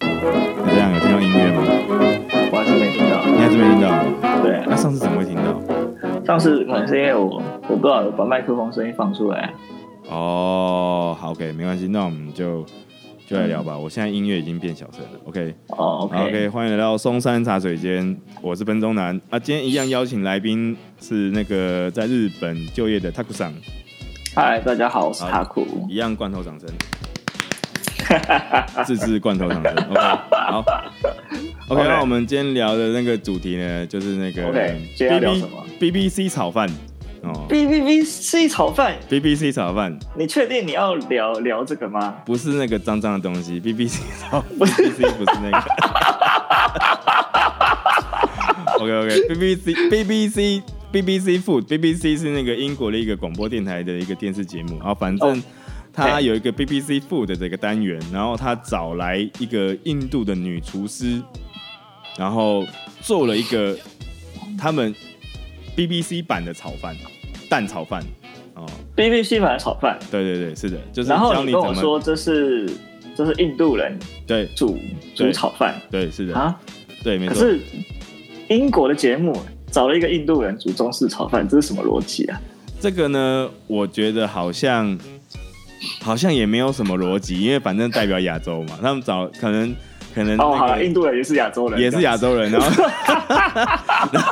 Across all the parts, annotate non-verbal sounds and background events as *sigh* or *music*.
怎么样？有听到音乐吗？我还是没听到。你还是没听到？对，那上次怎么会听到？上次可能是因为我我不知道有把麦克风声音放出来。哦，好，OK，没关系，那我们就就来聊吧。我现在音乐已经变小声了，OK。哦好，OK， OK，欢迎来到松山茶水间，我是奔中南啊。今天一样邀请来宾是那个在日本就业的 Taku 桑，嗨大家好，我是好塔库。一样罐头掌 *laughs* 声，自制罐头掌声。OK，好，OK， OK 那我们今天聊的那个主题呢，就是那个 OK，今天要聊什么 BBC 炒饭哦 B B B 吃一炒饭， ，BBC 炒饭你确定你要聊聊这个吗？不是那个脏脏的东 *laughs* 西，BBC 炒饭不是 BBC 不是那个。OK OK，BBC BBC BBC Food BBC 是那个英国的一个广播电台的一个电视节目，然后反正哦它嘿有一个 BBC Food 的这个单元，然后他找来一个印度的女厨师，然后做了一个他们 BBC 版的炒饭，蛋炒饭。哦， B B C 版的炒饭，对对对，是的，就是然后教你你跟怎我么说这是这是印度人对煮煮对炒饭对是的，啊？对没可错。是英国的节目找了一个印度人煮中式炒饭，这是什么逻辑啊？这个呢，我觉得好像好像也没有什么逻辑，因为反正代表亚洲嘛，他们找可能可能、那个、哦，好了，印度人也是亚洲人，也是亚洲人，然后 *laughs*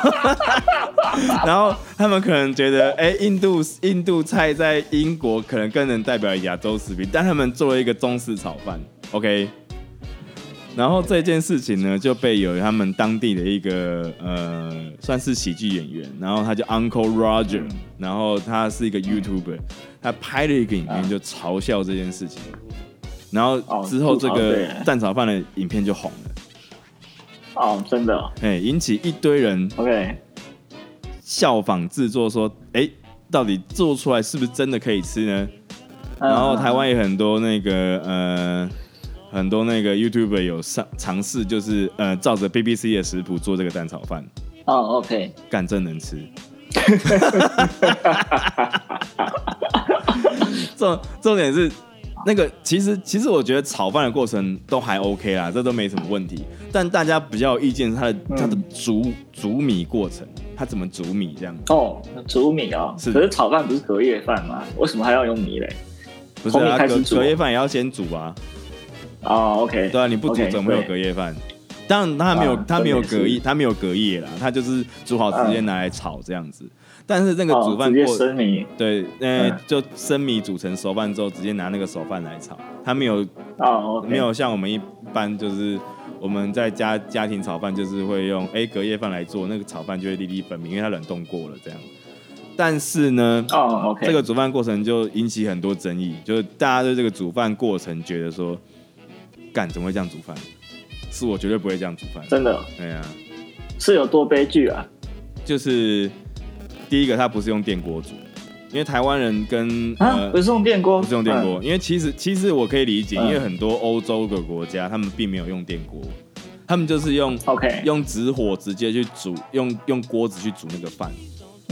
然后 *laughs* 然后他们可能觉得，哎、印度印度菜在英国可能更能代表亚洲食品，但他们做了一个中式炒饭，OK。然后这件事情呢，就被有他们当地的一个呃，算是喜剧演员，然后他叫 Uncle 嗯 Roger，然后他是一个 YouTuber，他拍了一个影片就嘲笑这件事情，然后啊哦之后吐这槽个对蛋炒饭的影片就红了。哦，真的哦哎、引起一堆人，OK，效仿制作，说，哎、到底做出来是不是真的可以吃呢？然后台湾也很多那个呃，很多那个 YouTuber 有上尝试，就是呃，照着 BBC 的食谱做这个蛋炒饭，哦，OK，干真能吃。 *laughs* 重重点是，那个其实其实我觉得炒饭的过程都还 OK 啦，这都没什么问题。但大家比较有意见是它的它的嗯煮煮米过程，它怎么煮米这样？哦，煮米哦，是可是炒饭不是隔夜饭吗？为什么还要用米嘞？不是从米啊，开隔始煮啊隔夜饭也要先煮啊，哦，OK，对啊，你不煮 OK，怎么会有对隔夜饭？当然它没有啊它没有真的是嗯隔夜，它没有隔夜啦，它就是煮好直接拿来炒这样子。但是那个哦煮饭直接过生米对，呃，嗯就生米煮成熟饭之后，直接拿那个熟饭来炒，它没有哦，OK，没有像我们一般就是我们在家家庭炒饭，就是会用哎隔夜饭来做，那个炒饭就会粒粒分明，因为它冷冻过了这样。但是呢，哦，OK，这个煮饭过程就引起很多争议，就是大家对这个煮饭过程觉得说，干怎么会这样煮饭？是我绝对不会这样煮饭。真的对呀、是有多悲剧啊？就是第一个，它不是用电锅煮，因为台湾人跟啊，呃不是用电锅，不是用电嗯，锅，因为其实其实我可以理解，嗯因为很多欧洲的国家他们并没有用电锅，他们就是用 OK 用直火直接去煮，用用锅子去煮那个饭。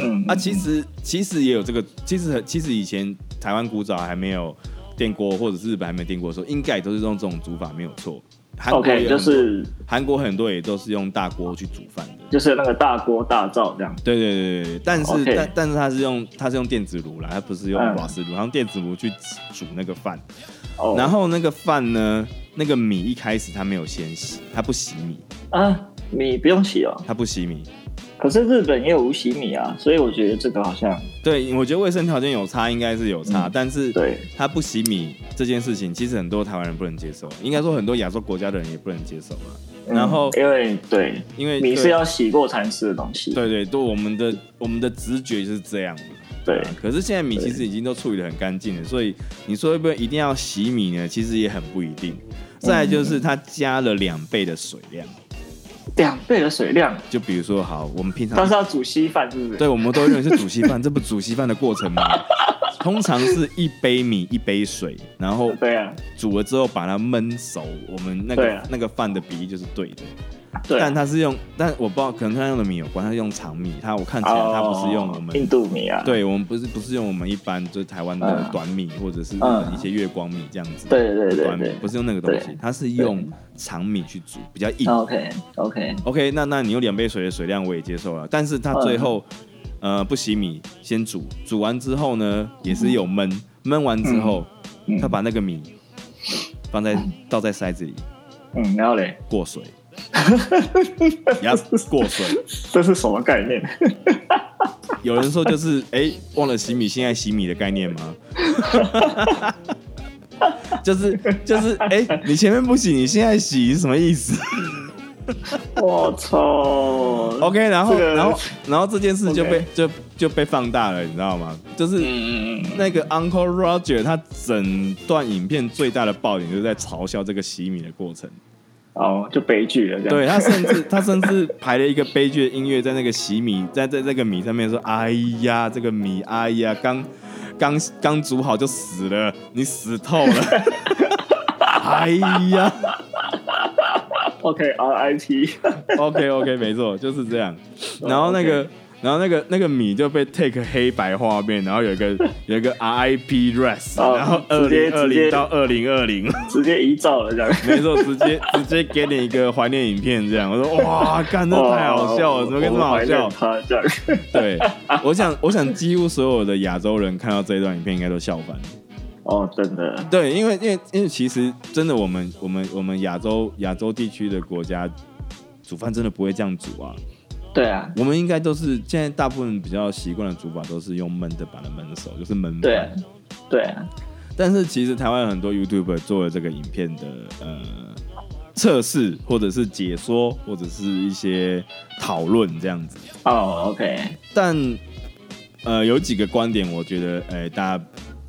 嗯，啊，其实其实也有这个，其实其实以前台湾古早还没有电锅，或者是日本还没有电锅的时候，应该也都是用这种煮法，没有错。韩国也 OK 有就很多是韩国很多也都是用大锅去煮饭的。就是那个大锅大灶这样，对对对对对，但是 OK 但但是它是用它是用电子炉啦，它不是用嗯瓦斯炉，它用电子炉去煮那个饭。哦，然后那个饭呢，那个米一开始它没有先洗，它不洗米，啊，米不用洗哦，它不洗米。可是日本也有无洗米啊，所以我觉得这个好像对，我觉得卫生条件有差，应该是有差，嗯但是对他不洗米这件事情，其实很多台湾人不能接受，应该说很多亚洲国家的人也不能接受了。嗯然后因为对因为米对是要洗过才能吃的东西，对对对，我们的我们的直觉就是这样。对啊可是现在米其实已经都处理的很干净了，所以你说会不会一定要洗米呢？其实也很不一定。嗯再来就是它加了两倍的水量，两倍的水量，就比如说好，我们平常但是要煮稀饭是不是？对，我们都认为是煮稀饭，这不煮稀饭的过程吗？ *laughs* 通常是一杯米一杯水，然后对啊，煮了之后把它焖熟，我们那个、对啊那个饭的比例就是对的。对，啊但它是用，但我不知道，可能它用的米有关，它是用长米，它我看起来它不是用我们哦印度米啊，对我们不是不是用我们一般就是台湾的嗯短米、或者是嗯一些月光米这样子，对对对短米对不是用那个东西对，它是用长米去煮，比较硬。 ，OK OK， OK，那那你用两杯水的水量我也接受了，但是它最嗯后、呃不洗米先煮，煮完之后呢也是有焖，焖完之后、嗯他把那个米放在倒在筛子里嗯，然后嘞，过水，呀 *laughs* 过水。这是什么概 *laughs* 念？有人说就是哎、诶忘了洗米，现在洗米的概念吗？ *laughs* 就是就是哎、诶你前面不洗，你现在洗是什么意思我操？OK，然后、这个然后然后这件事就被 OK 就就被放大了，你知道吗？就是。嗯嗯嗯，那个 Uncle Roger 他整段影片最大的爆点就是在嘲笑这个洗米的过程，哦，就悲剧了，这样，对他甚至 *laughs* 他甚至排了一个悲剧的音乐在那个洗米在在这个米上面说：“哎呀，这个米，哎呀，刚刚刚煮好就死了，你死透了。” *laughs* 哎 *laughs* 呀 OK RIP， ，OK OK，没错，就是这样。哦然后那个。然后那个那个米就被 take 黑白画面，然后有一个有一个 RIP rest，、哦然后二直接零二直接零到二零二零， *laughs* 直接遗照了这样。没错，直接直接给你一个怀念影片，这样我说哇，干这哦太好笑了，怎么可以这么好 *laughs* 笑？他这样，对，我想我想几乎所有的亚洲人看到这一段影片应该都笑翻了。哦，真的，对，因为因为因为其实真的我们我们我们亚洲亚洲地区的国家煮饭真的不会这样煮啊，对啊，我们应该都是现在大部分比较习惯的煮法都是用焖的把它焖熟，就是焖对饭啊。，对啊，但是其实台湾有很多 YouTuber 做了这个影片的呃测试，或者是解说，或者是一些讨论这样子。哦，OK，但呃，有几个观点，我觉得呃，大家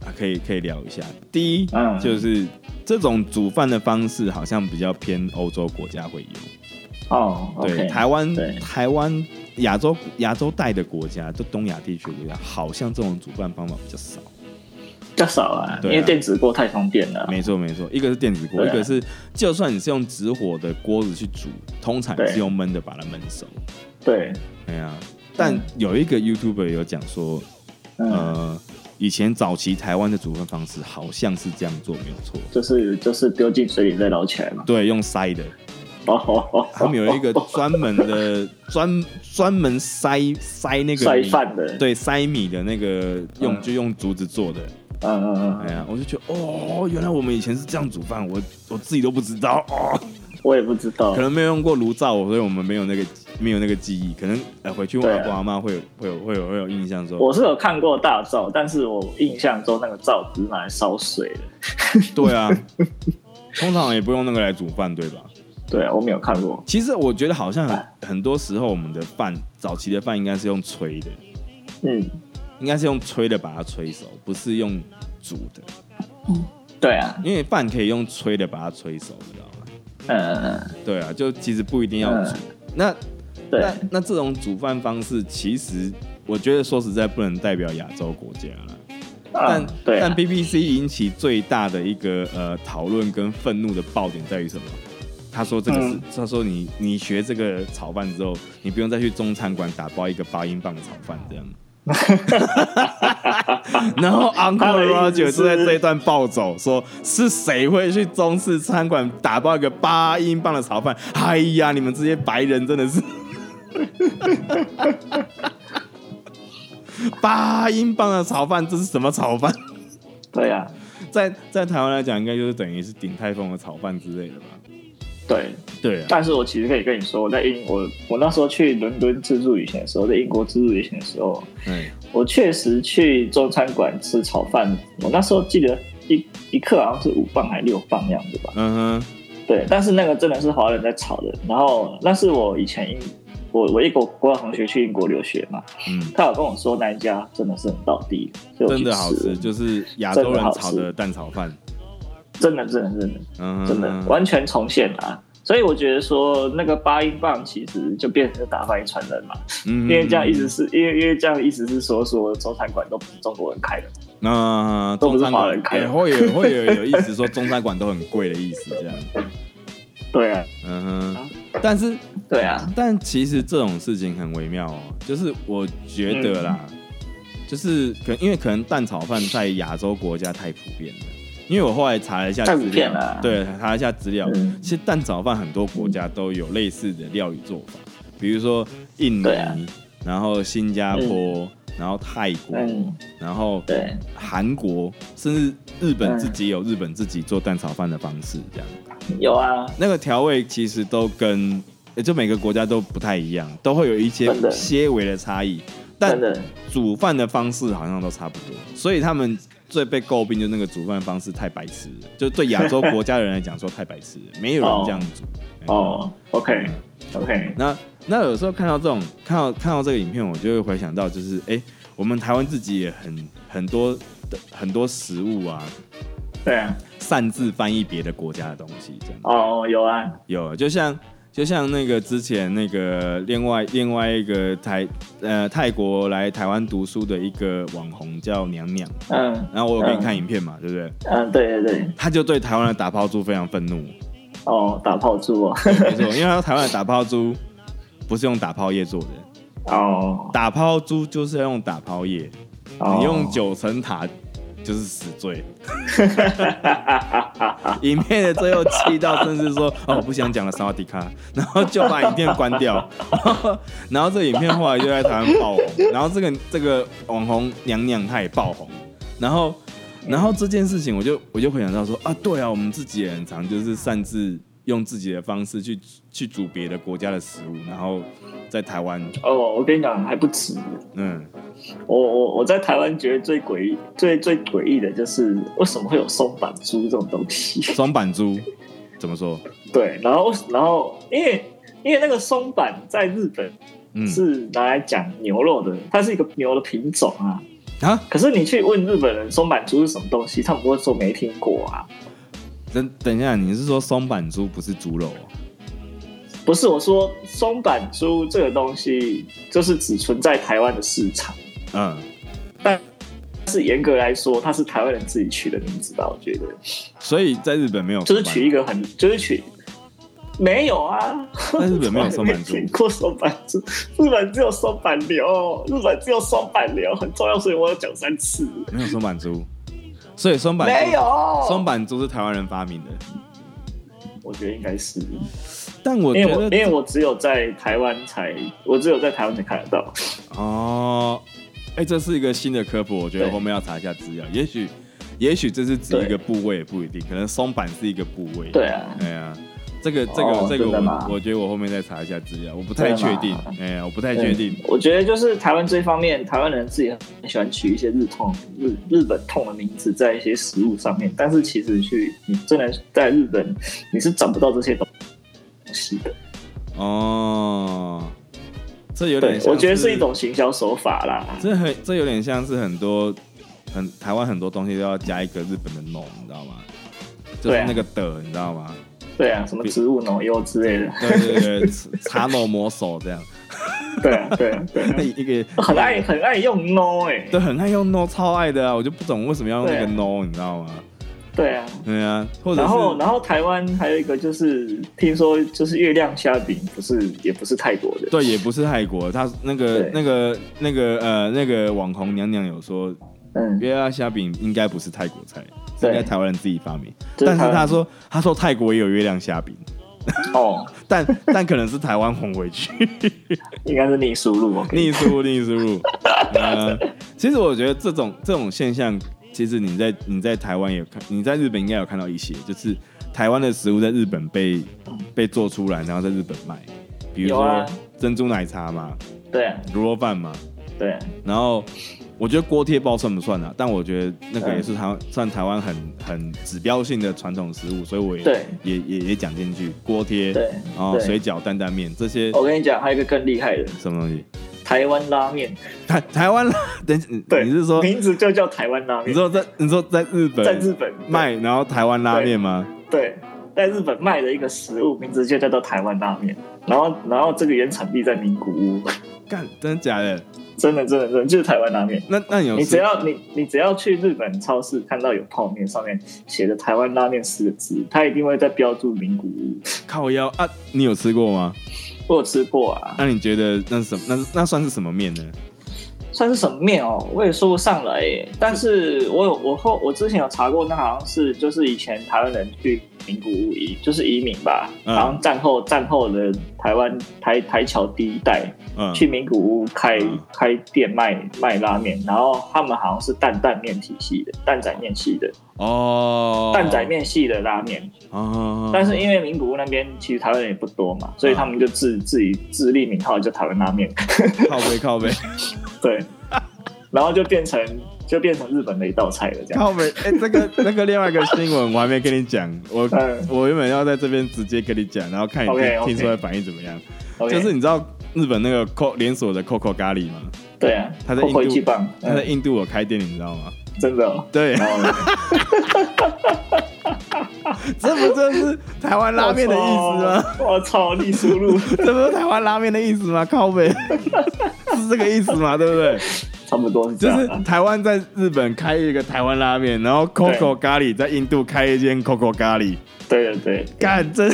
啊可以可以聊一下。第一，嗯就是这种煮饭的方式好像比较偏欧洲国家会有，哦对，OK，台湾对台湾亚洲亚洲带的国家，就东亚地区的国家，好像这种煮饭方法比较少。比较少啊，因对啊为电子锅太方便了，没错没错，一个是电子锅，对一啊个是就算你是用直火的锅子去煮，通常对嗯是用焖的把它焖熟。对，哎呀、但有一个 YouTuber 有讲说，嗯，呃，以前早期台湾的煮饭方式好像是这样做，没有错。就是就是丢进水里再捞起来嘛，对，用塞的，哦哦哦，他们有一个专门的专专门塞塞那个晒米，饭的，，对，塞米的那个用、嗯就用竹子做的。嗯嗯哎嗯，呀，我就觉得哦，原来我们以前是这样煮饭，我我自己都不知道哦。我也不知道可，能没有用过炉灶，所以我们没有那个没有那个记忆。可能呃回去问阿对公啊阿妈会有会有会有会有印象说，我是有看过大灶，但是我印象中那个灶只是拿来烧水的，对啊，通常也不用那个来煮饭，对吧？对啊，我没有看过，其实我觉得好像很哎很多时候我们的饭，早期的饭应该是用吹的，嗯，应该是用吹的把它吹熟，不是用煮的，对啊，因为饭可以用吹的把它吹熟，你知道吗？嗯，对啊，就其实不一定要煮。那对，那那这种煮饭方式，其实我觉得说实在不能代表亚洲国家了。但、嗯，对啊但 BBC 引起最大的一个呃讨论跟愤怒的爆点在于什么？他说这个是，嗯他说你你学这个炒饭之后，你不用再去中餐馆打包一个八英镑的炒饭这 *laughs* 样。然后 Uncle 他的意 Roger 思是就在这一段暴走，说是谁会去中式餐馆打包一个八英镑的炒饭？哎呀，你们这些白人真的 *laughs* 是 *laughs* 八英镑的炒饭，这是什么炒饭？对啊，在在台湾来讲，应该就是等于是鼎泰丰的炒饭之类的吧？对，对啊，但是我其实可以跟你说，我在英我我那时候去伦敦自助旅行的时候，在英国自助旅行的时候，哎，我确实去中餐馆吃炒饭，我那时候记得一一克好像是五磅还六磅那样子吧。嗯哼，对，但是那个真的是华人在炒的。然后那是我以前英我我一个国外同学去英国留学嘛，嗯，他有跟我说那一家真的是很道地，所以我真去的好吃，吃，就是亚洲人炒真的好的蛋炒饭，真的真的真的嗯哼，真的完全重现啊！所以我觉得说那个八英镑其实就变成打翻一船人嘛。因因为这样意思是，嗯因为因为这样意思是说，说中餐馆都不是中国人开的，嗯那都不中餐是华馆人开的也会有会有有意思说中餐馆都很贵的意思，这样，对啊，嗯哼，但是对啊，但其实这种事情很微妙哦，就是我觉得啦，嗯就是可因为可能蛋炒饭在亚洲国家太普遍了，因为我后来查了一下太普资料遍，了对，查了一下资料，嗯其实蛋炒饭很多国家都有类似的料理做法，比如说印尼，对啊然后新加坡，然后泰国，嗯，然后对，韩国，甚至日本嗯自己有日本自己做蛋炒饭的方式，这样。有啊，那个调味其实都跟，呃就每个国家都不太一样，都会有一些真的些微的差异，但真的，煮饭的方式好像都差不多，所以他们最被诟病就是那个煮饭方式太白痴了，就对亚洲国家人来讲说太白痴 *laughs* 了，没有人这样煮。哦，OK OK，那那有时候看到这种看到看到这个影片，我就会回想到，就是哎、诶我们台湾自己也很很多的很多食物啊，对啊，擅自翻译别的国家的东西，这样哦，有啊，有，就像就像那个之前那个另外另外一个台呃泰国来台湾读书的一个网红叫娘娘，嗯然后我有给你看影片嘛，对不对？嗯，对对对，他就对台湾的打抛猪非常愤怒，哦，打炮猪哦，没错，因为他说台湾的打抛猪不是用打抛叶做的， *laughs* 哦，打抛猪就是要用打抛叶。哦你用，九层塔就是死罪。 *laughs* 影片的最后气到，甚至说：“哦，我不想讲了，萨瓦迪卡。”然后就把影片关掉。 *laughs* 然后，然后这影片后来就在台湾爆红。然后这个这个网红娘娘她也爆红。然后，然后这件事情我就我就回想到说啊，对啊，我们自己也很常就是擅自用自己的方式去去煮别的国家的食物，然后在台湾，哦，我跟你讲还不止，嗯，我我我在台湾觉得最诡异、最最诡异的就是为什么会有松板猪这种东西？ *laughs* 松板猪怎么说？对，然后然后因为因为那个松板在日本嗯是拿来讲牛肉的，它是一个牛的品种啊。啊，可是你去问日本人松板猪是什么东西，他们不会说没听过啊。等等一下，你是说松板猪不是猪肉哦？不是我说松板猪这个东西，就是只存在台湾的市场，嗯，但是严格来说，它是台湾人自己取的名字吧？我觉得所以在日本没有就松是板，取一个很就是取。没有啊，在日本没有松板猪 *laughs* 没听过松板猪，日本只有松板牛，日本只有松板牛很重要，所以我要讲三次。没有松板猪，所以松板没有松，板猪是台湾人发明的，我觉得应该是，因但我为觉我因为得我只有在台湾才，我只有在台湾才看得到。哦，哎、这是一个新的科普，我觉得对后面要查一下资料，也许也许这是指一个部位也不一定，可能松板是一个部位，对啊，哎呀、这个这个、哦这个真的吗我我觉得我后面再查一下资料，我不太确定真的，哎呀，我不太确定，嗯我觉得就是台湾这一方面，台湾人自己很喜欢取一些日痛、日日本痛的名字在一些食物上面，但是其实去你真的在日本，你是找不到这些东西的。哦，这有点对，像，我觉得是一。种行销手法啦。这很这有点像是很多很台湾很多东西都要加一个日本的 no，你知道吗？就对是啊那个的，你知道吗？对啊，什么植物农药之类的。对对对 *laughs* 对，茶某魔手这 *laughs* 样，对啊，对啊，对啊，一个很爱很爱用 no 哎、对很爱用 no，超爱的啊！我就不懂为什么要用那个对啊 no，你知道吗？对啊。对啊，或者然后，是然后台湾还有一个就是，听说就是月亮虾饼，不是也不是泰国的，对，也不是泰国，他那个对那个那个呃那个网红娘娘有说，嗯，月亮虾饼应该不是泰国菜，是对应该台湾人自己发明。这是但是台湾他说他说泰国也有月亮虾饼，哦，但但可能是台湾红回去。应该是逆输入，我跟你 *laughs* 逆输入，逆输 *laughs* 入。呃，其实我觉得这种这种现象，其实你在你在台湾也有看，你在日本应该有看到一些，就是台湾的食物在日本被被做出来，然后在日本卖，比如有说啊珍珠奶茶嘛，对啊，卤肉饭嘛，对啊，然后。我觉得锅贴包算不算啊？但我觉得那个也是台湾、算台湾很很指标性的传统食物，所以我也对也也也讲进去锅贴，对然后对哦水饺、担担面这些我跟你讲，还有一个更厉害的，什么东西？台湾拉面。台台湾，等一下对，你是说名字就叫台湾拉你面？说在你说在日本在日本卖，然后台湾拉面吗？对，在日本卖的一个食物，名字就叫做台湾拉面。然后，然后这个原产地在名古屋， *laughs* 干，真的假的？真的，真的，真的就是台湾拉面。那那你有你吃只要你你只要去日本超市看到有泡面上面写着“台湾拉面”四个字，它一定会在标注名古屋。靠腰啊？你有吃过吗？我有吃过啊，那你觉得那是什么？那是那算是什么面呢？算是什么面哦，我也说不上来耶。但是我有我后我之前有查过，那好像是就是以前台湾人去名古屋移，就是移民吧，嗯好像战后战后的台湾台台桥第一代嗯，去名古屋开、嗯开店卖卖拉面，然后他们好像是担担面体系的，蛋仔面系的，哦，蛋仔面系的拉面。哦，但是因为名古屋那边其实台湾人也不多嘛，嗯所以他们就自自己自立名号叫台湾拉面，靠背靠 *laughs* 背对，然后就变成就变成日本的一道菜了，这样。靠背，哎、这个那个另外一个新闻我还没跟你讲，我、嗯我原本要在这边直接跟你讲，然后看你听 OK，OK 听出来反应怎么样。 OK，就是你知道日本那个 Co 连锁的 Coco 咖喱吗？对啊，他在印回去度棒，，他在嗯，印度有开店，你知道吗？真的哦。对，然后呢 *laughs* 这不就是台湾拉面的意思吗？？ *laughs* 我操，逆输入，这不是台湾拉面的意思吗？靠北 *laughs* 是这个意思吗？对不对？ *laughs* 差不多是这就样是啊。台湾在日本开一个台湾拉面，然后 Coco 咖喱在印度开一间 Coco 咖喱，对对对，干 *laughs* 真。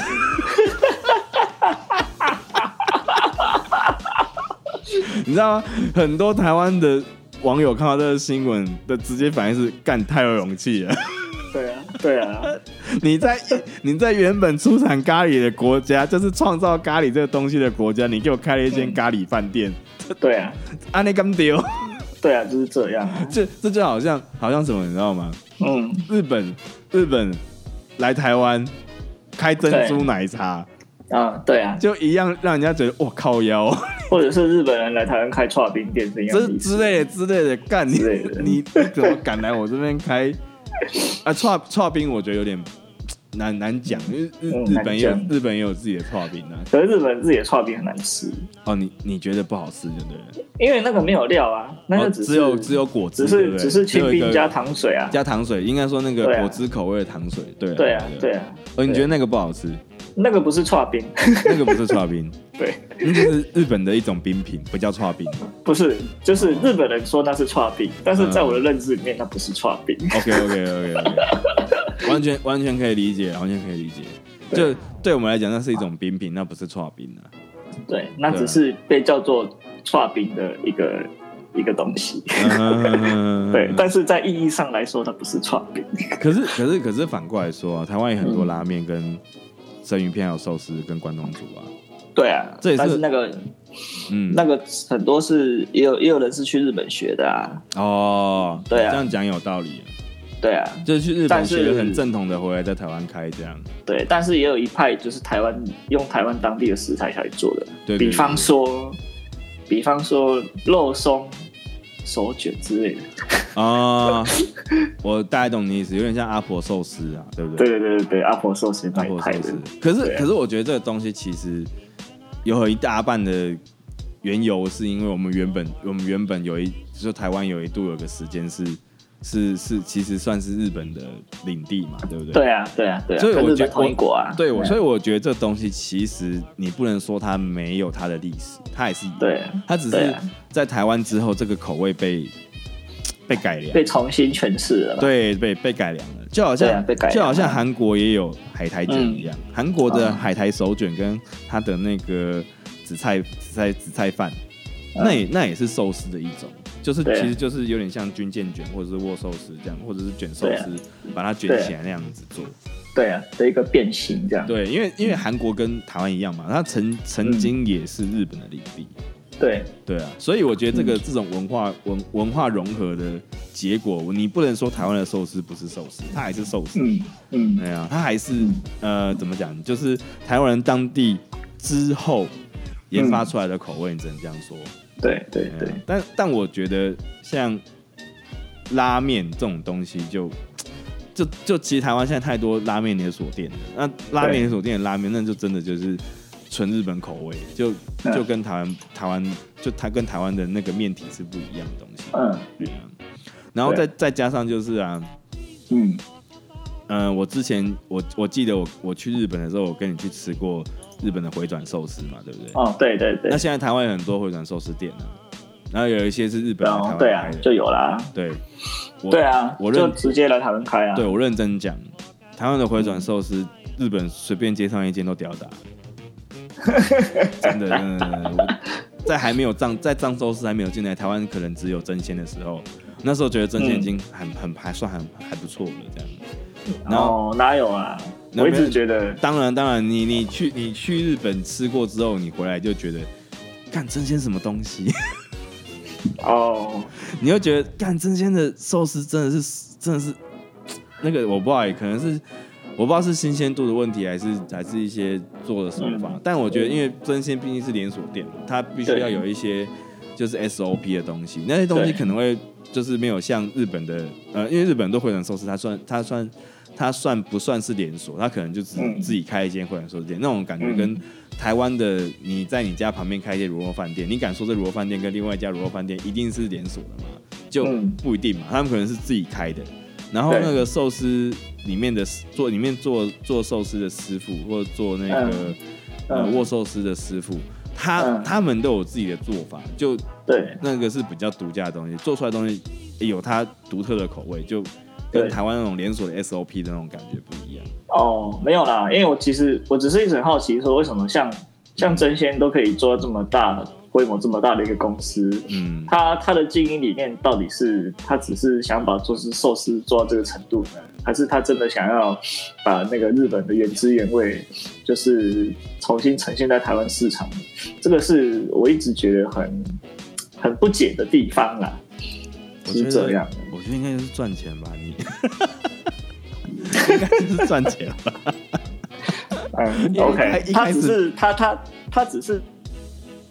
你知道吗？很多台湾的网友看到这个新闻的直接反应是：干太有勇气了！对啊，对啊， *laughs* 你在你在原本出产咖喱的国家，就是创造咖喱这个东西的国家，你给我开了一间咖喱饭店，对啊，安内干丢，对啊，就是这样啊。哦 *laughs* 这这就好像好像什么，你知道吗？嗯，日本日本来台湾开珍珠奶茶，啊，对啊，就一样让人家觉得我靠 *laughs* 腰，或者是日本人来台湾开串冰店是一样的之意思之类的之类的，干你之类的你你怎么敢来我这边 *laughs* 开？啊，串串冰我觉得有点难难讲，因为日嗯日本也有难讲日本也有自己的串冰啊。可是日本自己的串冰很难吃，哦，你你觉得不好吃就对了，因为那个没有料啊，那哦个只是、有只有果汁，只对不是对只只是清有一个冰加糖水啊。加糖水，应该说那个对啊果汁口味的糖水，对对啊，对啊。啊，哦，你觉得那个不好吃？那个不是串冰， *laughs* 那个不是串冰，对，那就是日本的一种冰品，不叫串冰。不是，就是日本人说那是串冰，但是在我的认知里面，那不是串冰。 OK OK OK OK，完 *laughs* 全完全可以理解，完全可以理解。对就对我们来讲，那是一种冰品，那不是串冰啊。 *laughs* 对，那只是被叫做串冰的一个嗯一个东西。 *laughs* 对，但是在意义上来说，它不是串冰。 *laughs* 可是可是可是反过来说啊，台湾有很多拉面跟生鱼片，还有寿司跟关东煮啊。对啊，这也是但是那个嗯，那个很多是也有也有人是去日本学的啊。哦，对啊这样讲有道理。对啊，就是去日本但是学得很正统的，回来在台湾开这样。对，但是也有一派就是台湾用台湾当地的食材来做的，对对对比方说，比方说肉松、手卷之类的。啊、我大概懂你意思，有点像阿婆寿司啊，对不对？对对对对对，阿婆寿司阿那一婆派寿的司。。可是、对啊可是我觉得这个东西其实有很一大半的缘由，是因为我们原本我们原本有一，就是台湾有一度有个时间是是是，其实算是日本的领地嘛，对不对？对啊，对啊，对啊，所以跟我日觉本得同一国啊，对，我所以以我觉得这东西其实你不能说它没有它的历史，它也是有，对它只对是啊在台湾之后这个口味被被改良，被重新诠释了。，对，被被改良了，就好对像、啊被改良嗯就好像韩国也有海苔卷一样，韩、国的海苔手卷跟它的那个紫菜紫菜紫菜饭，那也那也是寿司的一种，就是嗯对啊其实就是有点像军舰卷或者是握寿司这样，或者是卷寿对啊司，把它卷对啊起来那样子做。对啊，的一个变形这样。对，因为因为韩国跟台湾一样嘛，它曾曾经嗯也是日本的领地。对对啊，所以我觉得这个、这种文化嗯文文化融合的结果，你不能说台湾的寿司不是寿司，它还是寿司。嗯嗯，对啊，它还是呃怎么讲，就是台湾人当地之后研嗯发出来的口味，你只能这样说。对对对啊，但但我觉得像拉面这种东西就。就就其实台湾现在太多拉面连锁店了，那拉面对连锁店的拉面，那就真的就是纯日本口味，就嗯就跟台湾台湾就它跟台湾的那个面体是不一样的东西。嗯对啊，然后再对再加上就是啊，嗯嗯，我之前我我记得我我去日本的时候，我跟你去吃过日本的回转寿司嘛，对不对？哦，对对对那，现在台湾有很多回转寿司店啊，然后有一些是日本然来后台湾对啊开，就的，有啦，对，我对，啊，我就认直接来台湾开啊，对我认 *laughs* 真讲，台湾的回转寿司，日本随便街上一间都吊打，真的，真的，真的我在还没有藏在藏州市还没有进来台湾，可能只有真鲜的时候，那时候觉得真鲜已嗯经很很还算很还不错了这样。然后哦，哪有啊？那我一边直觉得当然，当然，你你去你去日本吃过之后，你回来就觉得，干真鲜什么东西？哦，你会觉得干真鲜的寿司真的是真的是那个我不知道欸，可能是我不知道是新鲜度的问题，还是还是一些做的手法。嗯但我觉得，因为真鲜毕竟是连锁店，它必须对要有一些就是 SOP 的东西，那些东西对可能会就是没有像日本的呃，因为日本都回转寿司，它算它算。它算不算是连锁？它可能就只嗯自己开一间回转寿司店，那种感觉嗯跟台湾的你在你家旁边开一间卤肉饭店，你敢说这卤肉饭店跟另外一家卤肉饭店一定是连锁的吗？就嗯不一定嘛，他们可能是自己开的。然后对那个寿司里面的做里面做做寿司的师傅，或者做那个、呃嗯握寿司的师傅，他、嗯他们都有自己的做法，就对，那个是比较独家的东西，做出来的东西哎有它独特的口味，就跟对台湾那种连锁的 SOP 的那种感觉不一样。哦，没有啦，因为我其实我只是一直很好奇，说为什么像像真仙都可以做到这么大规模、这么大的一个公司，嗯，他他的经营理念到底是他只是想把做是寿司做到这个程度呢，还是他真的想要把那个日本的原汁原味，就是重新呈现在台湾市场？这个是我一直觉得很很不解的地方啦。我是觉这得样，我觉得应该就是赚钱吧， *laughs* 你。应该就是赚钱 *laughs* 吧，嗯 *laughs* 因为，OK，一开他始只是他他他只是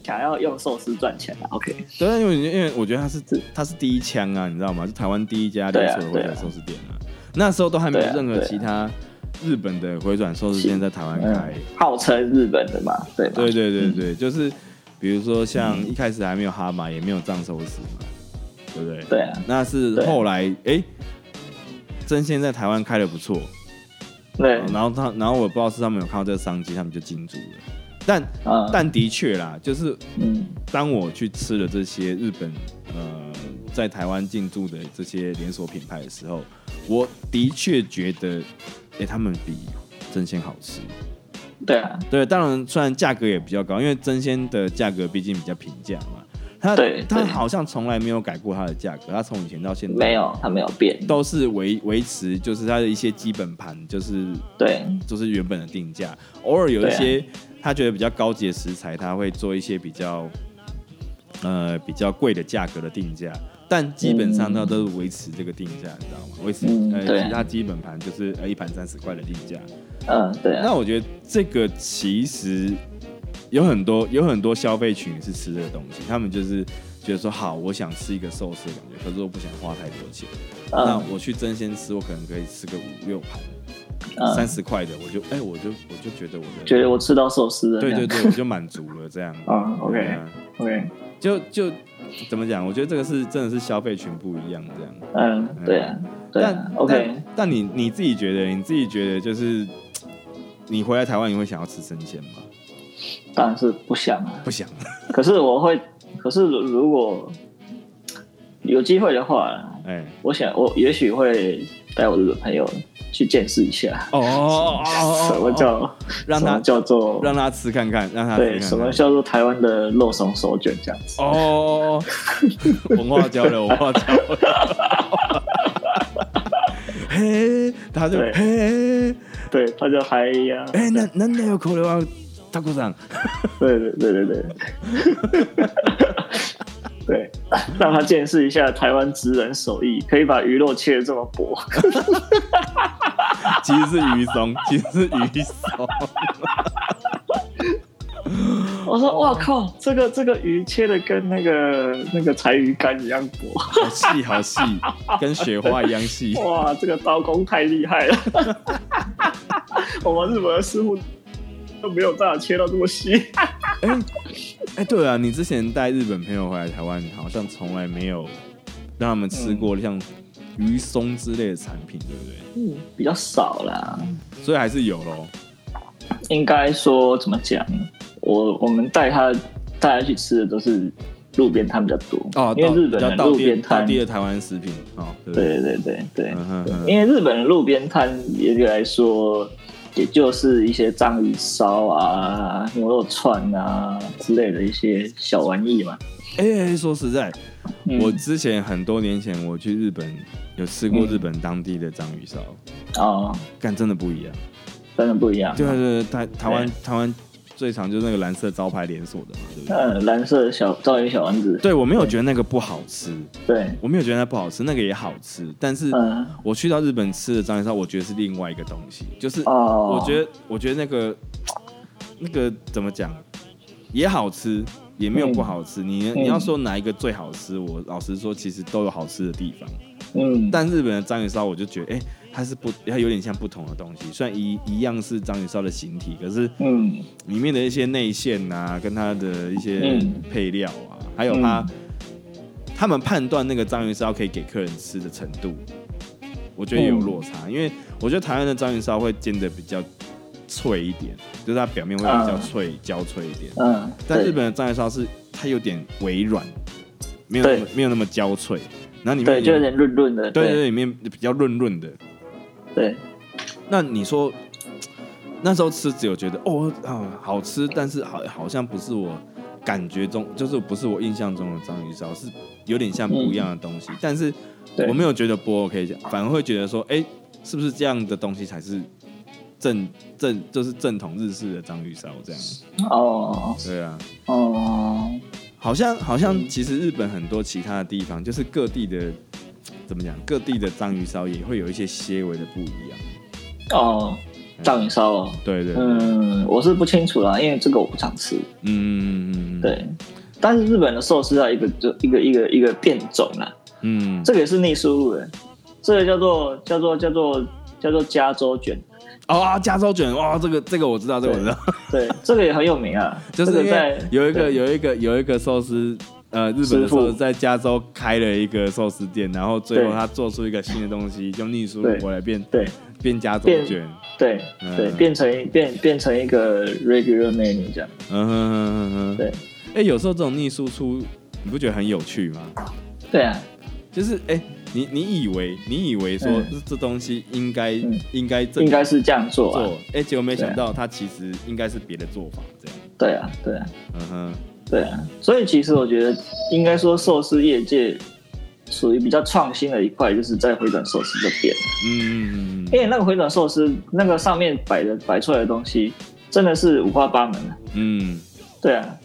想要用寿司赚钱啦。OK，对，因为因为我觉得他是他是第一枪啊，你知道吗？是台湾第一家连锁的回对啊对啊转寿司店啊，那时候都还没有对啊任何对啊其他日本的回转寿司店在台湾开。号称日本的嘛，对吧？对对对对，就是比如说像一开始还没有哈马，也没有藏寿司嘛，对不对？对啊，那是对后来哎，真仙在台湾开的不错，哦对，啊然后他然后我不知道是他们有看到这个商机，他们就进驻了。但嗯，但的确啦，就是嗯，当我去吃了这些日本呃在台湾进驻的这些连锁品牌的时候，我的确觉得，哎、他们比真鲜好吃。对啊，对，当然虽然价格也比较高，因为真鲜的价格毕竟比较平价嘛。它对它对好像从来没有改过它的价格，它从以前到现在没有，他没有变，都是维维持就是它的一些基本盘，就是对，就是原本的定价。偶尔有一些啊他觉得比较高级的食材，他会做一些比较呃比较贵的价格的定价，但基本上它都是维持这个定价，你知道吗？维持嗯呃对其他基本盘就是呃一盘三十块的定价。嗯，对啊，那我觉得这个其实有很多有很多消费群是吃这个东西，他们就是觉得说好，我想吃一个寿司的感觉，可是我不想花太多钱，那嗯我去争先吃，我可能可以吃个五六盘。三嗯，十块的，我就哎、我就我就觉得我的，觉得我吃到寿司了，对这对样对，我就满足了这样。嗯对，OK 啊 OK，就就怎么讲？我觉得这个是真的是消费群不一样这样。嗯，对啊，对啊但，OK，但但你你自己觉得，你自己觉得就是你回来台湾，你会想要吃生鲜吗？当然是不想啊，不想。可是我会，可是如果有机会的话，哎、我想我也许会带我的朋友去见识一下，哦哦哦 *laughs* 哦什么叫让什他么叫做让他吃看看，让他吃看对看什么叫做台湾的肉松手卷这样子。哦哦，哦哦文化交流，文化交流。嘿，他就对嘿，对，他就嗨 *laughs* 呀、哎、那那那有可能啊，大鼓掌。对对对对对， *laughs* 对，让他见识一下台湾职人手艺，可以把鱼肉切的这么薄。其实是鱼松，其实是鱼松。我说哇靠，这个这个鱼切的跟那个那个柴鱼干一样 *laughs* 薄，好细好细，跟雪花一样细。 *laughs* 哇，这个刀工太厉害了。 *laughs* 我们日本的师傅都没有办法切到这么细。哎、哎、对啊，你之前带日本朋友回来台湾，你好像从来没有让他们吃过像鱼松之类的产品，对不对？嗯，比较少啦。所以还是有咯。应该说怎么讲，我我们带他带他去吃的都是路边摊比较多哦，因为到日本比较的到路地边到摊，地对的台湾食品哦，对不对？对对对对嗯哼，嗯因为日本的路边摊也来说，也就是一些章鱼烧啊、牛肉串啊之类的一些小玩意嘛。哎、说实在，嗯我之前很多年前我去日本，有吃嗯过日本当地的章鱼烧，哦，干、真的不一样。啊真的不一样。对啊，对啊台台湾台湾最常就是那个蓝色招牌连锁的嘛，对不对？呃，蓝色小章鱼小丸子，对，我没有觉得那个不好吃，对，我没有觉得那不好吃，那个也好吃，但是嗯，我去到日本吃的章鱼烧，我觉得是另外一个东西，就是哦，我觉得我觉得那个那个怎么讲也好吃，也没有不好吃。你嗯你要说哪一个最好吃，我老实说，其实都有好吃的地方。嗯，但日本的章鱼烧，我就觉得，哎、它是不，它有点像不同的东西。虽然一一样是章鱼烧的形体，可是嗯里面的一些内馅啊，跟它的一些嗯配料啊，还有它、他们判断那个章鱼烧可以给客人吃的程度，我觉得也有落嗯差。因为我觉得台湾的章鱼烧会煎的比较脆一点，就是它表面会比较脆、焦脆一点。嗯，但啊对日本的章鱼烧是它有点微软，没有那么没有那么焦脆，然后里面对，就有也点润润的，对对对对，里面比较润润的。对，那你说那时候吃只有觉得哦啊好吃，但是好好像不是我感觉中，就是不是我印象中的章鱼烧，是有点像不一样的东西，但是对我没有觉得不 OK，反而会觉得说，哎、是不是这样的东西才是正正就是正统日式的章鱼烧这样？哦对啊。哦，好像好像，其实日本很多其他的地方，就是各地的怎么讲，各地的章鱼烧也会有一些些微的不一样。哦，章鱼烧哦，对对，嗯嗯，我是不清楚啦，因为这个我不常吃，嗯嗯，嗯，对。但是日本的寿司啊，一个就一个一个一个变种啦，嗯，这个也是逆输入的，这个叫做叫做叫做叫做加州卷，哦，啊加州卷，哇，这个这个我知道，这个我知道，对，这个也很有名啊， *laughs* 就是这因为个在有一个对有一个有一个寿司，呃，日本的师傅寿司在加州开了一个寿司店，然后最后对他做出一个新的东西，用逆输入对过来变对变加州变卷，对嗯对，变成一变变成一个 regular menu 这样，嗯哼哼哼哼，对哎，有时候这种逆输出，你不觉得很有趣吗？对啊，就是哎、你你以为你以为说嗯这这东西应该、嗯应该正应该是这样做啊，做，哎、结果没想到它其实应该是别的做法这样。对啊对啊嗯哼，对啊，所以其实我觉得应该说寿司业界属于比较创新的一块，就是在回转寿司这边，嗯嗯嗯因为那个回转寿司那个上面摆的摆出来的东西真的是五花八门的，嗯，对啊，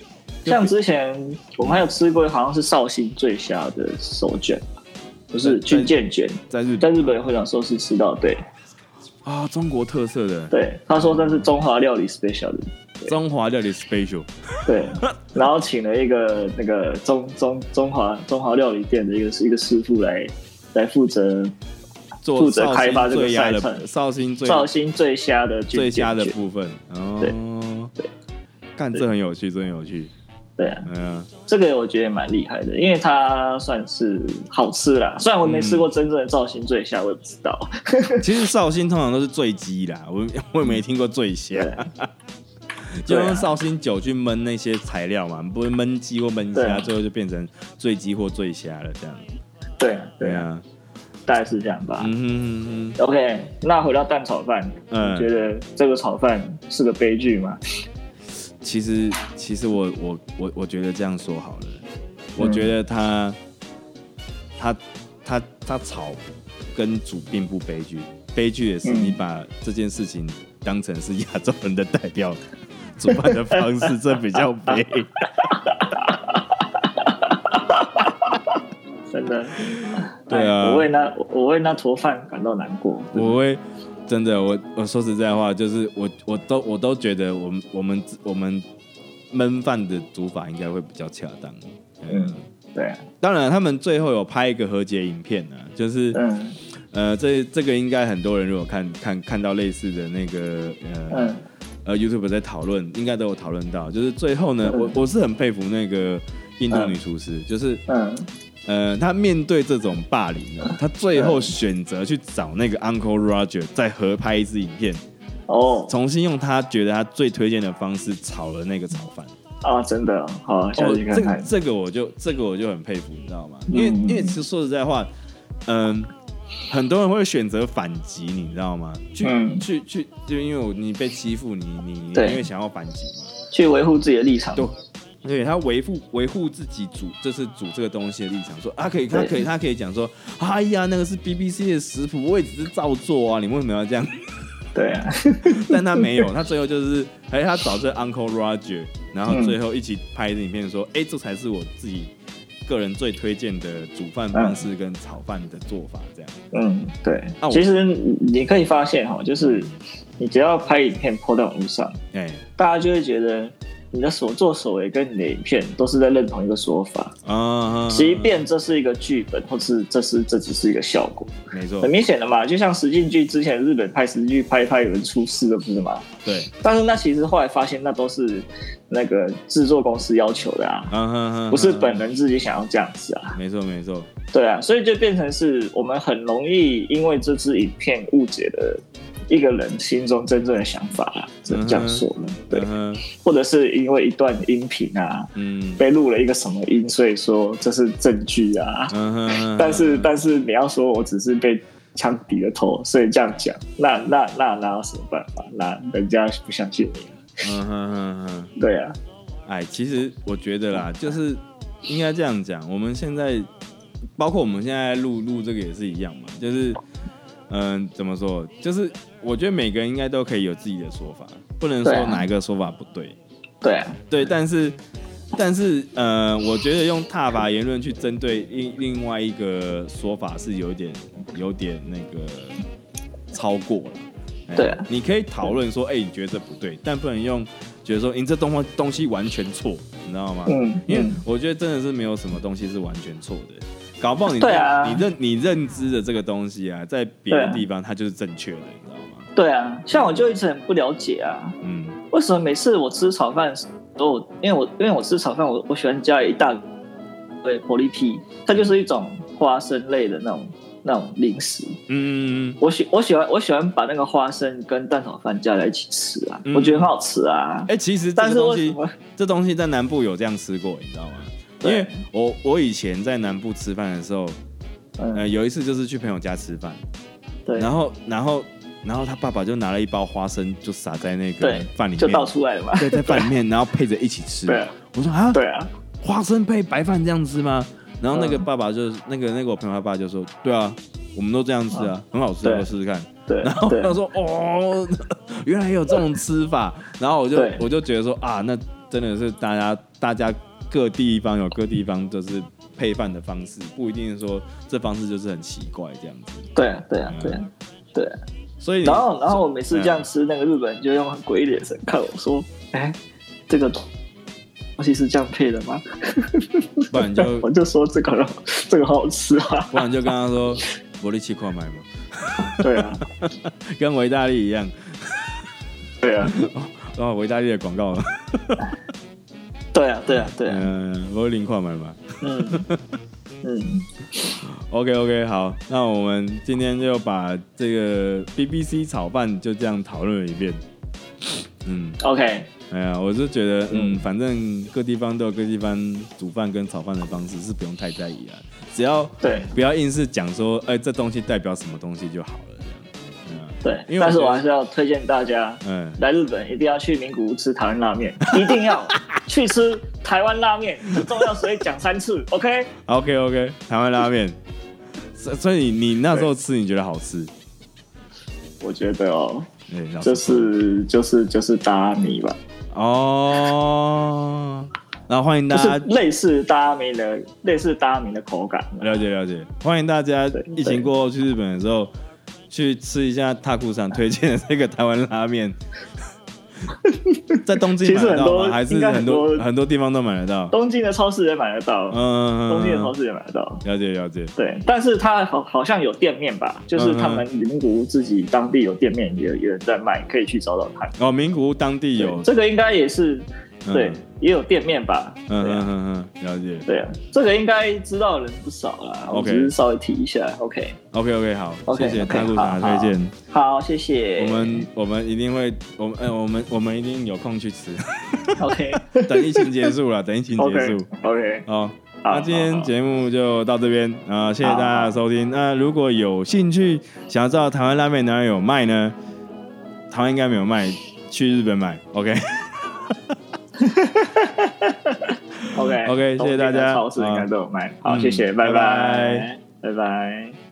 像之前我们还有吃过，好像是绍兴醉虾的手卷，不是在军舰卷，在日在本日本会长寿司吃到，对啊、中国特色的对，他说这是中华料理 special 的，中华料理 special，对，然后请了一个那个中中中华中华料理店的一个一个师傅来来负责做负责绍开发兴这个最压赛的程绍兴最绍兴醉虾的军最舰瞎的卷，部分。对哦，对干这很有趣，这很有趣。对啊，嗯、这个我觉得也蛮厉害的，因为它算是好吃啦，虽然我没吃过真正的绍兴醉虾，我也不知道，其实绍兴通常都是醉鸡啦，我我也没听过醉虾。对。 *laughs* 就用绍兴酒去焖那些材料嘛，不会焖鸡或焖对虾，啊最后就变成醉鸡或醉虾了，这样。对啊，对啊，啊，大概是这样吧。嗯哼哼 OK，那回到蛋炒饭，嗯你觉得这个炒饭是个悲剧吗？哼，其实其实我我我我觉得这样说好了，我觉得他他他他炒跟煮并不悲剧，悲剧也是嗯你把这件事情当成是亚洲人的 *laughs* 代表煮饭的方式，这比较悲。真的，对啊哎我为那我为那坨饭感到难过。我会真的，我我说实在话，就是我我都我都觉得我们我们我们焖饭的煮法应该会比较恰当。嗯，嗯对啊，当然，他们最后有拍一个和解影片呢、啊，就是、嗯呃，这这个应该很多人如果看看看到类似的那个呃、嗯呃 YouTube 在讨论，应该都有讨论到，就是最后呢，嗯我我是很佩服那个印度嗯女厨师，就是嗯，呃，他面对这种霸凌呢，他最后选择去找那个 Uncle Roger 再合拍一支影片，哦重新用他觉得他最推荐的方式炒了那个炒饭。啊，真的，好啊，下哦次去，看这个看。这个我就这个我就很佩服，你知道吗？因为、嗯因为其实说实在话，嗯、很多人会选择反击，你知道吗？去、嗯去去，就因为我你被欺负，你你你对因为想要反击嘛。去维护自己的立场。对，对他维护维护自己主，这是主这个东西的立场，说啊可以，他对可以，他可以讲说，哎呀，那个是 BBC 的食谱，我也只是照做啊，你们为什么要这样？对啊，但他没有，他最后就是，哎，他找这 Uncle Roger，然后最后一起拍影片说，哎、这才是我自己个人最推荐的煮饭方式跟炒饭的做法，这样。嗯，对啊。我其实你可以发现哈，就是你只要拍影片 po 到网络上，哎、大家就会觉得你的所作所为跟你的影片都是在认同一个说法，啊、即便这是一个剧本，或是这是这只是一个效果，没错很，明显的嘛。就像实境剧之前日本拍实境剧拍一拍有人出事了，不是吗？对，但是那其实后来发现那都是那个制作公司要求的啊。啊哈哈，不是本人自己想要这样子啊，没错没错，对啊，所以就变成是我们很容易因为这支影片误解了一个人心中真正的想法啊，只能这样说了。对嗯，哼或者是因为一段音频啊，嗯被录了一个什么音，所以说这是证据啊。嗯哼，但是，但是你要说我只是被枪抵了头，所以这样讲，那那那那有什么办法？那人家不相信你啊。嗯哼哼哼。对啊，哎，其实我觉得啦，就是应该这样讲。我们现在，包括我们现在录录这个也是一样嘛，就是，嗯、怎么说？就是我觉得每个人应该都可以有自己的说法，不能说对啊哪一个说法不对。对啊，对，但是，但是，呃，我觉得用踏伐言论去针对另另外一个说法是有点有点那个超过了。哎对啊你可以讨论说，哎、你觉得这不对，但不能用觉得说，你这东方东西完全错，你知道吗？嗯因为嗯我觉得真的是没有什么东西是完全错的，搞不好你对啊你认你认知的这个东西啊，在别对的啊地方它就是正确的，你知道吗？对啊，像我就一直很不了解啊，嗯，为什么每次我吃炒饭都有，因为我因为我吃炒饭，我我喜欢加一大对薄力批，它就是一种花生类的那种那种零食。嗯嗯我喜我喜欢我喜欢把那个花生跟蛋炒饭加在一起吃啊，嗯我觉得很好吃啊哎、。其实这但个是东为什西么？这东西在南部有这样吃过，你知道吗？因对为我我以前在南部吃饭的时候，嗯，呃，有一次就是去朋友家吃饭，对，然后然后然后他爸爸就拿了一包花生，就撒在那个对饭里就倒面，出来了嘛。对，在饭里 *laughs* 面，然后配着一起吃。对啊我说啊，对啊，花生配白饭这样吃吗？然后那个嗯爸爸就那个那个我朋友他爸就说，对啊，我们都这样吃啊，很好吃啊，嗯对我试试看。对然后对啊他说：“哦，原来有这种吃法。”然后我就对我就觉得说啊，那真的是大家大家各地方有各地方就是配饭的方式，不一定说这方式就是很奇怪这样子。对啊对嗯啊对啊对啊。所以你然后然后我每次嗯这样吃，那个日本人就用很诡异的眼神看我说：“哎，这个东西是这样配的吗？”不然就 *laughs* 我就说这个这个好吃啊，不然就跟他说伯利奇块买嘛，对啊，跟维大利一样，对啊，然后维大利的广告，对啊，对啊，对啊，嗯，伯利林块买嘛。嗯嗯， OK OK，好，那我们今天就把这个 BBC 炒饭就这样讨论了一遍。嗯， ，OK，哎呀，我是觉得，嗯，嗯反正各地方都有各地方煮饭跟炒饭的方式，是不用太在意啊，只要对不要硬是讲说，哎、这东西代表什么东西就好了，这样。对因为，我但是觉得我还是要推荐大家嗯来日本一定要去名古屋吃台湾拉面，一定要去吃台湾拉面，很重要，所以讲 *laughs* 三次，OK，嗯，OK OK，台湾拉 *laughs* 面，所所以你你那时候吃，你觉得好吃？我觉得哦，哎，老就实说是就是就是大米吧，哦，然后欢迎大就家是类似大米的类似大米的口感，了解了解，欢迎大家对疫情过后去日本的时候，去吃一下大库上推荐的这个台湾拉 *laughs* 面，在东京其买实得很到多吗？还应是该很很多多很多地方都买得到？东京的超市也买得到，嗯，东京的超市也买得到。了解了解，对，但是它好好像有店面吧，就是他们名古屋自己当地有店面，也有有人在卖，可以去找找看。哦，名古屋当地对嗯有，这个应该也是嗯对，也有店面吧？嗯嗯对啊，嗯嗯，了解。对啊，这个应该知道的人不少啦。我 OK 只是稍微提一下。OK， OK OK，好，谢 OK，谢 OK，大库上的好哎推荐，好，谢谢。我们我们一定会，我们呃我们我们一定有空去吃， *laughs* OK 等疫情结束了，等疫情结 OK 束， OK，哦，好那今天好节目就到这边啊、谢谢大家的收听。那如果有兴趣想要知道台湾拉面哪里有卖呢？台湾应该没有卖，去日本买。OK 好 OK OK，谢谢大家超市应该都有卖。好，嗯谢谢，拜拜拜拜，拜拜。